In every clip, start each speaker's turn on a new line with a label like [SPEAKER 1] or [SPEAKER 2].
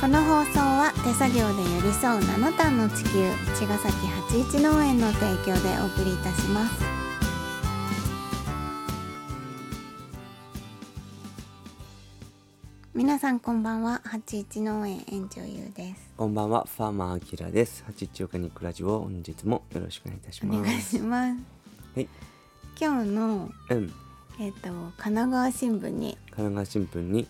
[SPEAKER 1] この放送は手作業で寄り添う七段の地球茅ヶ崎八一農園の提供でお送りいたします皆さんこんばんは八一農園園長ゆうです
[SPEAKER 2] こんばんは、ファーマーアキラです。八一岡ニックラジオ、本日もよろしくお願いいたし
[SPEAKER 1] お
[SPEAKER 2] ます。
[SPEAKER 1] 願いします
[SPEAKER 2] はい、
[SPEAKER 1] 今日の
[SPEAKER 2] うん、
[SPEAKER 1] え
[SPEAKER 2] 神
[SPEAKER 1] っ、と神奈川新聞に
[SPEAKER 2] 奈川新聞に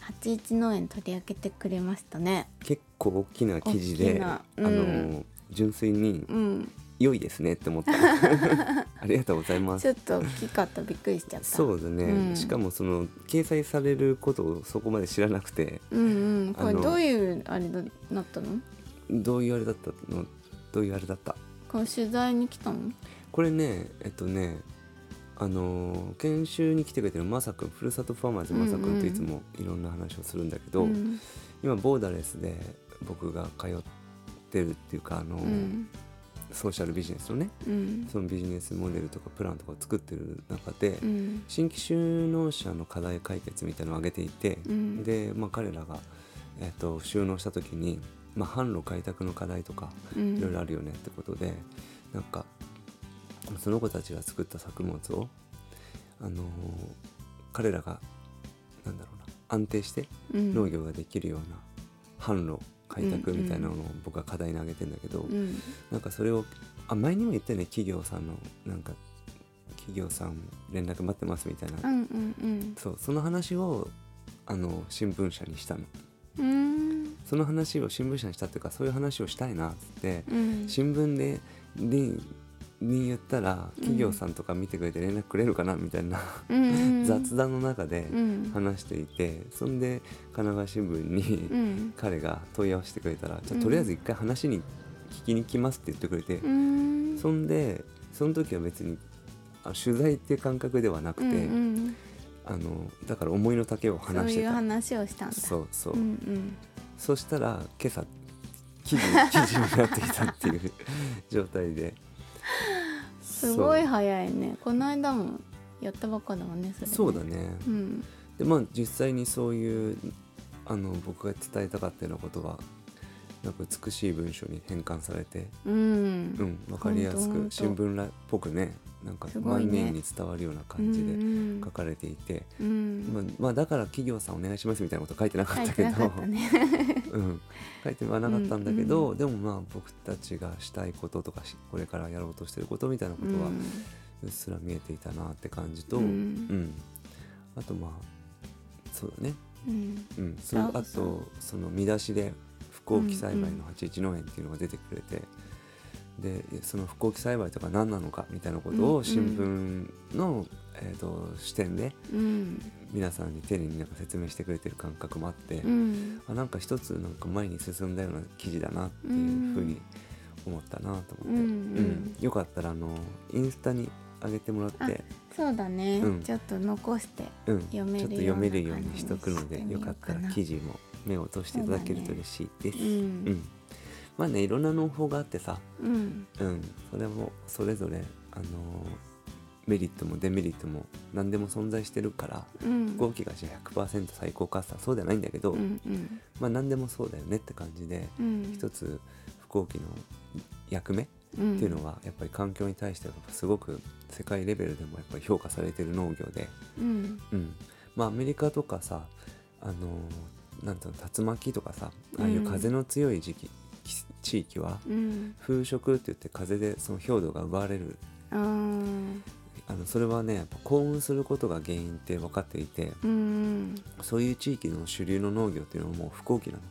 [SPEAKER 1] 八一農園取り上げてくれましたね
[SPEAKER 2] 結構大きな記事で、
[SPEAKER 1] 大きなうん
[SPEAKER 2] あの純粋に
[SPEAKER 1] うん
[SPEAKER 2] 良いですねって思った。 ありがとうございま
[SPEAKER 1] ち
[SPEAKER 2] す。
[SPEAKER 1] ょっと大きかったびっくりしちゃった
[SPEAKER 2] そうだね、
[SPEAKER 1] うん
[SPEAKER 2] しかもその掲載されることをそこまで知らなくて、
[SPEAKER 1] うんうん、こ
[SPEAKER 2] あ
[SPEAKER 1] れ
[SPEAKER 2] の
[SPEAKER 1] どういうあれだなったの？
[SPEAKER 2] どういうあれだったの、どういうあれだった。
[SPEAKER 1] この取材に来たの？
[SPEAKER 2] これね、えっとね。あの研修に来てくれてるまさくんふるさとファーマーズまさくんといつもいろんな話をするんだけど、
[SPEAKER 1] ん
[SPEAKER 2] 今ボーダレスで僕が通ってるっていうかあの、
[SPEAKER 1] うん
[SPEAKER 2] ソーシャルビジネスのね
[SPEAKER 1] うん
[SPEAKER 2] そのビジネスモデルとかプランとかを作ってる中で、
[SPEAKER 1] うん
[SPEAKER 2] 新規就農者の課題解決みたいなのを挙げていて、
[SPEAKER 1] うん
[SPEAKER 2] で、まあ、彼らが、えっと就農した時に、まあ、販路開拓の課題とか
[SPEAKER 1] うん
[SPEAKER 2] いろいろあるよねってことで、なんかその子たちが作った作物を、あの彼らがなんだろうな安定して
[SPEAKER 1] うん
[SPEAKER 2] 農業ができるような販路開拓みたいなのを僕は課題に挙げてんだけど、
[SPEAKER 1] うん
[SPEAKER 2] なんかそれをあ前にも言ったよね企業さんのなんか企業さん連絡待ってますみたいな、
[SPEAKER 1] うんうん
[SPEAKER 2] そうその話をあの新聞社にしたの
[SPEAKER 1] うん
[SPEAKER 2] その話を新聞社にしたっていうかそういう話をしたいなっつって、
[SPEAKER 1] うん
[SPEAKER 2] 新聞でにに言ったら企業さんとか見てくれて連絡くれるかなみたいな、
[SPEAKER 1] うん
[SPEAKER 2] 雑談の中で
[SPEAKER 1] うん
[SPEAKER 2] 話していて、そんで神奈川新聞に、
[SPEAKER 1] うん
[SPEAKER 2] 彼が問い合わせてくれたら、じゃ
[SPEAKER 1] うん
[SPEAKER 2] あとりあえず一回話に聞きに来ますって言ってくれて、
[SPEAKER 1] うん
[SPEAKER 2] そんでその時は別にあ取材っていう感覚ではなくて、
[SPEAKER 1] うんうん
[SPEAKER 2] あのだから思いの丈を
[SPEAKER 1] そう
[SPEAKER 2] 話し
[SPEAKER 1] い
[SPEAKER 2] て
[SPEAKER 1] う
[SPEAKER 2] た
[SPEAKER 1] 話をしたんだ。う
[SPEAKER 2] そうそう、
[SPEAKER 1] ん
[SPEAKER 2] そしたら今朝記事記事になってきたっていう状態で
[SPEAKER 1] うんすごい
[SPEAKER 2] そう
[SPEAKER 1] 早いね。この間もやったばっかだもんね。それね
[SPEAKER 2] そうだ。ね、
[SPEAKER 1] うん
[SPEAKER 2] でまあ実際にそういうあの僕が伝えたかったようなことがなんか美しい文章に変換されて
[SPEAKER 1] うん
[SPEAKER 2] うん、わかりやす
[SPEAKER 1] ほんとほん
[SPEAKER 2] く
[SPEAKER 1] と
[SPEAKER 2] 新聞らっぽくねなんか
[SPEAKER 1] すごい
[SPEAKER 2] 万
[SPEAKER 1] ね
[SPEAKER 2] 年に伝わるような感じ
[SPEAKER 1] う
[SPEAKER 2] で
[SPEAKER 1] ん
[SPEAKER 2] 書かれていて、
[SPEAKER 1] うん
[SPEAKER 2] まあまあ、だから企業さんお願いしますみたいなこと書いてなか
[SPEAKER 1] 書
[SPEAKER 2] っ
[SPEAKER 1] い
[SPEAKER 2] たけ
[SPEAKER 1] て
[SPEAKER 2] ど
[SPEAKER 1] なかったね。
[SPEAKER 2] うん、書いてはなかったんだけど、
[SPEAKER 1] うん
[SPEAKER 2] でもまあ僕たちがしたいこととかしこれからやろうとしてることみたいなことは
[SPEAKER 1] うん
[SPEAKER 2] うっすら見えていたなって感じと、
[SPEAKER 1] う
[SPEAKER 2] うんんあとまあそうだね、
[SPEAKER 1] うん
[SPEAKER 2] うん、その
[SPEAKER 1] あ
[SPEAKER 2] あ
[SPEAKER 1] そう
[SPEAKER 2] とその見出しで不幸期栽培の八一農園っていうのが出てくれて、でその不幸期栽培とか何なのかみたいなこと
[SPEAKER 1] うん
[SPEAKER 2] を新聞の、えー、と視点で
[SPEAKER 1] うん
[SPEAKER 2] 皆さんに丁寧になんか説明してくれてる感覚もあって、
[SPEAKER 1] うん
[SPEAKER 2] あなんか一つなんか前に進んだような記事だなっていうふうに思ったなと思って、
[SPEAKER 1] うんうん
[SPEAKER 2] よかったらあのインスタに上げてもらって、
[SPEAKER 1] そうだね、
[SPEAKER 2] うん
[SPEAKER 1] ちょっと残して
[SPEAKER 2] うん、ち
[SPEAKER 1] 読
[SPEAKER 2] ょっ
[SPEAKER 1] め
[SPEAKER 2] と
[SPEAKER 1] るような
[SPEAKER 2] 読めるようにしとくの
[SPEAKER 1] 感
[SPEAKER 2] で
[SPEAKER 1] じに
[SPEAKER 2] よかった
[SPEAKER 1] しようからな
[SPEAKER 2] 記事も目を落としていただけると嬉しいです。
[SPEAKER 1] う
[SPEAKER 2] うんん、まあねいろんな農法があってさ、
[SPEAKER 1] うん
[SPEAKER 2] うん、それもそれぞれ、あのーメリットもデメリットも何でも存在してるから
[SPEAKER 1] うん
[SPEAKER 2] 飛行機がじゃあ100%最高かさそうじゃないんだけど、
[SPEAKER 1] うんうん
[SPEAKER 2] まあ何でもそうだよねって感じで、
[SPEAKER 1] うん
[SPEAKER 2] 一つ飛行機の役目っ
[SPEAKER 1] うん
[SPEAKER 2] ていうのはやっぱり環境に対してはやっぱすごく世界レベルでもやっぱり評価されてる農業で、
[SPEAKER 1] うん
[SPEAKER 2] うん、まあアメリカとかさあのーなんていうの竜巻とかさああいう風の強い時期、き地域は
[SPEAKER 1] うん
[SPEAKER 2] 風食って言って風でその氷土が奪われる
[SPEAKER 1] あー
[SPEAKER 2] あのそれはねやっぱ幸運することが原因って分かっていて
[SPEAKER 1] うん
[SPEAKER 2] そういう地域の主流の農業っていうのはもう不幸期なの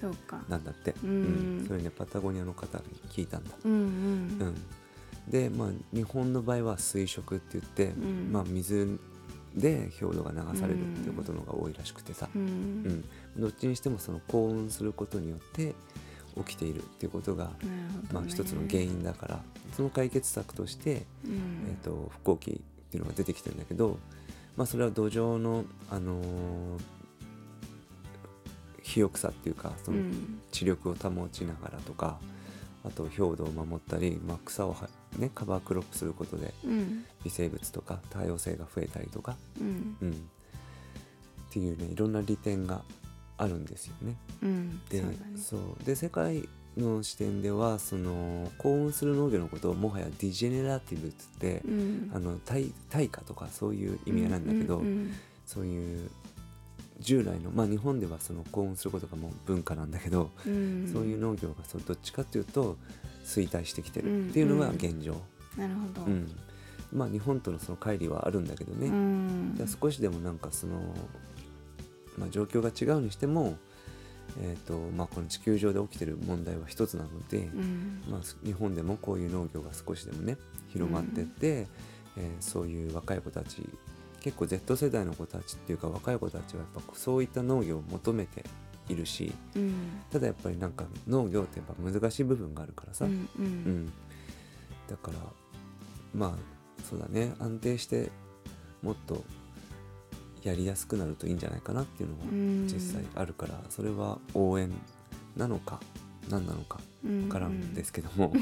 [SPEAKER 1] そうか
[SPEAKER 2] なんだって、
[SPEAKER 1] うん
[SPEAKER 2] それねパタゴニアの方に聞いたんだ、
[SPEAKER 1] うんう
[SPEAKER 2] うんん、でまあ日本の場合は水食って言って、
[SPEAKER 1] うん
[SPEAKER 2] まあ、水で氷土が流されるっていうことのが多いらしくてさ、
[SPEAKER 1] う
[SPEAKER 2] うんん、どっちにしてもその幸運することによって起きているっていうことが、
[SPEAKER 1] なるほどね
[SPEAKER 2] まあ、一つの原因だからその解決策として、
[SPEAKER 1] う
[SPEAKER 2] え
[SPEAKER 1] ん
[SPEAKER 2] ー、と不幸期っていうのが出てきてるんだけど、まあ、それは土壌の、あのー肥沃さっていうかその
[SPEAKER 1] うん
[SPEAKER 2] 地力を保ちながらとかあと氷土を守ったり、まあ、草をは、ね、カバークロップすることで
[SPEAKER 1] うん
[SPEAKER 2] 微生物とか多様性が増えたりとか、
[SPEAKER 1] うん
[SPEAKER 2] うん、っていうねいろんな利点があるんですよね。
[SPEAKER 1] うんそう
[SPEAKER 2] で
[SPEAKER 1] だね
[SPEAKER 2] そうで世界の視点ではその幸運する農業のことをもはやディジェネラティブっつって、
[SPEAKER 1] うん
[SPEAKER 2] あの対対価とかそういう意味合いなんだけど、
[SPEAKER 1] うんうん
[SPEAKER 2] そういう従来のまあ日本ではその幸運することがもう文化なんだけど、
[SPEAKER 1] うんうん
[SPEAKER 2] そういう農業がそうどっちかというと衰退してきてるっていうのが現状。
[SPEAKER 1] なるほど
[SPEAKER 2] うんまあ日本とのその乖離はあるんだけどね、
[SPEAKER 1] うん
[SPEAKER 2] だから少しでもなんかその、まあ、状況が違うにしても、えーとまあ、この地球上で起きてる問題は一つなので、
[SPEAKER 1] うん
[SPEAKER 2] まあ、日本でもこういう農業が少しでもね広まってって、えーそういう若い子たち結構 Z 世代の子たちっていうか若い子たちはやっぱそういった農業を求めているし
[SPEAKER 1] うん
[SPEAKER 2] ただやっぱりなんか農業ってやっぱ難しい部分があるからさ、
[SPEAKER 1] うんう
[SPEAKER 2] うんん、だからまあそうだね安定してもっとやりやすくなるといいんじゃないかなっていうのは
[SPEAKER 1] うん
[SPEAKER 2] 実際あるから、それは応援なのか何なのかわからんですけど も、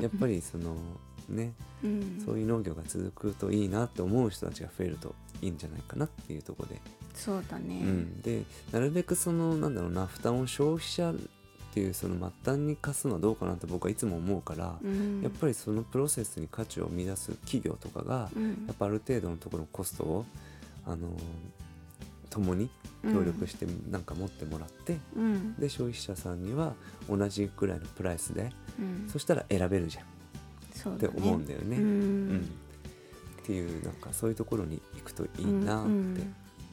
[SPEAKER 2] やっぱりそのね
[SPEAKER 1] うん
[SPEAKER 2] そういう農業が続くといいなって思う人たちが増えるといいんじゃないかなっていうところで、
[SPEAKER 1] そうだね
[SPEAKER 2] うん、でなるべくそのなんだろうな負担を消費者っていうその末端に課すのはどうかなって僕はいつも思うから、
[SPEAKER 1] うん
[SPEAKER 2] やっぱりそのプロセスに価値を生み出す企業とかが、
[SPEAKER 1] うん
[SPEAKER 2] やっぱある程度のところのコストを、あの共に協力してなんか持ってもらって、
[SPEAKER 1] うん
[SPEAKER 2] で消費者さんには同じくらいのプライスで、
[SPEAKER 1] うん
[SPEAKER 2] そしたら選べるじゃんっ
[SPEAKER 1] そう
[SPEAKER 2] て
[SPEAKER 1] だね
[SPEAKER 2] 思うんだよね。
[SPEAKER 1] うん
[SPEAKER 2] うんっていうなんかそういうところに行くといいなっ
[SPEAKER 1] うんうん
[SPEAKER 2] て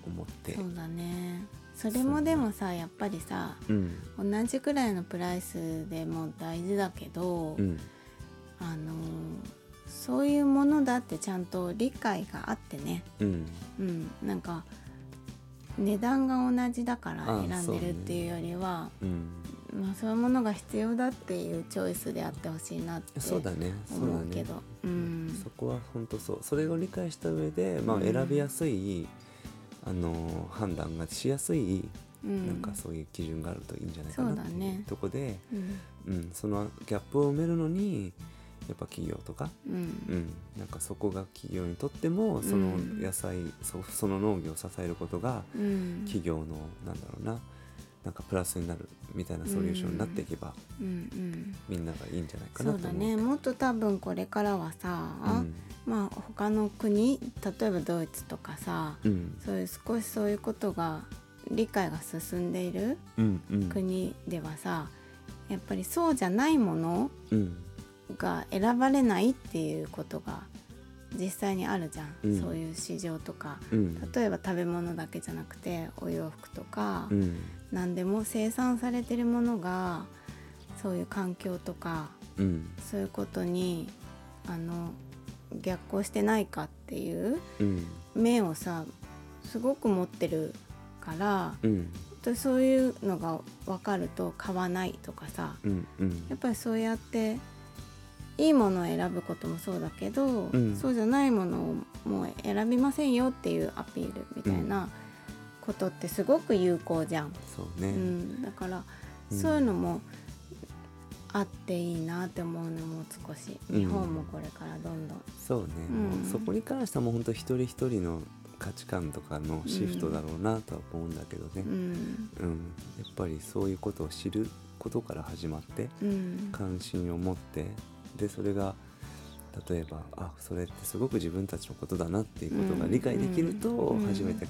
[SPEAKER 2] 思って。
[SPEAKER 1] そうだねそれもでもさやっぱりさ
[SPEAKER 2] うん
[SPEAKER 1] 同じくらいのプライスでも大事だけど、
[SPEAKER 2] うん
[SPEAKER 1] あのそういうものだってちゃんと理解があってね、
[SPEAKER 2] うん
[SPEAKER 1] うん、なんか値段が同じだから
[SPEAKER 2] あ
[SPEAKER 1] 選んでるっていうよりは
[SPEAKER 2] うん
[SPEAKER 1] そう,、まあ、そういうものが必要だっていうチョイスであってほしいなって
[SPEAKER 2] そうだねそうだ
[SPEAKER 1] 思うけ
[SPEAKER 2] ね
[SPEAKER 1] ど。うん
[SPEAKER 2] そこは本当そうそれを理解した上で、まあ、
[SPEAKER 1] うん
[SPEAKER 2] 選びやすい、あのー判断がしやすい、
[SPEAKER 1] うん
[SPEAKER 2] なんかそういう基準があるといいんじゃないかな
[SPEAKER 1] そうだ
[SPEAKER 2] って
[SPEAKER 1] ね
[SPEAKER 2] いうとこで、
[SPEAKER 1] うん
[SPEAKER 2] うん、そのギャップを埋めるのにやっぱ企業とか、
[SPEAKER 1] うん
[SPEAKER 2] うん、なんかそこが企業にとってもその
[SPEAKER 1] うん
[SPEAKER 2] 野菜、そその農業を支えることが
[SPEAKER 1] うん
[SPEAKER 2] 企業のなんだろうななんかプラスになるみたいなソリューションになっていけば、
[SPEAKER 1] うんうん
[SPEAKER 2] みんながいいんじゃないか
[SPEAKER 1] そ
[SPEAKER 2] な
[SPEAKER 1] う
[SPEAKER 2] と
[SPEAKER 1] だ
[SPEAKER 2] 思う。
[SPEAKER 1] ねもっと多分これからはさ、
[SPEAKER 2] うん
[SPEAKER 1] まあ他の国例えばドイツとかさ
[SPEAKER 2] うん
[SPEAKER 1] そういう少しそういうことが理解が進んでいる
[SPEAKER 2] うんうん
[SPEAKER 1] 国ではさやっぱりそうじゃないもの
[SPEAKER 2] うん
[SPEAKER 1] が選ばれないっていうことが実際にあるじゃん、
[SPEAKER 2] うん
[SPEAKER 1] そういう市場とか
[SPEAKER 2] うん
[SPEAKER 1] 例えば食べ物だけじゃなくてお洋服とか、
[SPEAKER 2] うん
[SPEAKER 1] 何でも生産されてるものがそういう環境とか
[SPEAKER 2] うん
[SPEAKER 1] そういうことにあの逆行してないかっていう
[SPEAKER 2] うん
[SPEAKER 1] 目をさすごく持ってるから
[SPEAKER 2] うん
[SPEAKER 1] 本当にそういうのが分かると買わないとかさ
[SPEAKER 2] うんうん
[SPEAKER 1] やっぱりそうやっていいものを選ぶこともそうだけど、
[SPEAKER 2] ん
[SPEAKER 1] そうじゃないものをもう選びませんよっていうアピールみたいなことってすごく有効じゃん。
[SPEAKER 2] そうね、
[SPEAKER 1] うん、だから、
[SPEAKER 2] うん
[SPEAKER 1] そういうのもあっていいなって思うのもう少し
[SPEAKER 2] うん
[SPEAKER 1] 日本もこれからどんどん、
[SPEAKER 2] そうね、
[SPEAKER 1] うん
[SPEAKER 2] もうそこに関してはもう本当一人一人の価値観とかのシフトだろうなとは思うんだけどね、
[SPEAKER 1] う
[SPEAKER 2] うん
[SPEAKER 1] ん
[SPEAKER 2] やっぱりそういうことを知ることから始まって
[SPEAKER 1] うん
[SPEAKER 2] 関心を持ってでそれが例えばあそれってすごく自分たちのことだなっていうことが理解できると、
[SPEAKER 1] うんうん
[SPEAKER 2] 初めて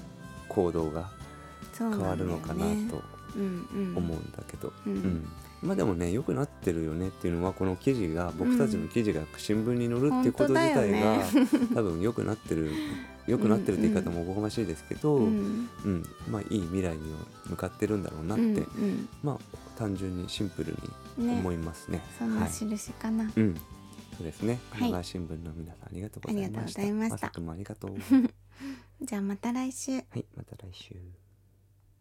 [SPEAKER 2] 行動が
[SPEAKER 1] そうな
[SPEAKER 2] 変
[SPEAKER 1] んだよね
[SPEAKER 2] わるのかなと
[SPEAKER 1] うんうん
[SPEAKER 2] 思うんだけど、
[SPEAKER 1] うん
[SPEAKER 2] まあでもね良くなってるよねっていうのはこの記事が僕たちの記事が新聞に載るっていうこと自体が、
[SPEAKER 1] 本
[SPEAKER 2] 多分良くなってる良くなってるって言い方もおこがましいですけど、
[SPEAKER 1] う
[SPEAKER 2] うん
[SPEAKER 1] ん
[SPEAKER 2] まあいい未来に向かってるんだろうなって、
[SPEAKER 1] うん
[SPEAKER 2] まあ単純にシンプル
[SPEAKER 1] うん
[SPEAKER 2] に
[SPEAKER 1] ね
[SPEAKER 2] 思いますね。
[SPEAKER 1] そんな
[SPEAKER 2] はい
[SPEAKER 1] 印かな、
[SPEAKER 2] うんそうですね。
[SPEAKER 1] はい
[SPEAKER 2] 神奈川新聞の皆さんありがとうございました。
[SPEAKER 1] ありがとうございました
[SPEAKER 2] さくんもありがとう。
[SPEAKER 1] じゃあまた来週
[SPEAKER 2] はい、また来週。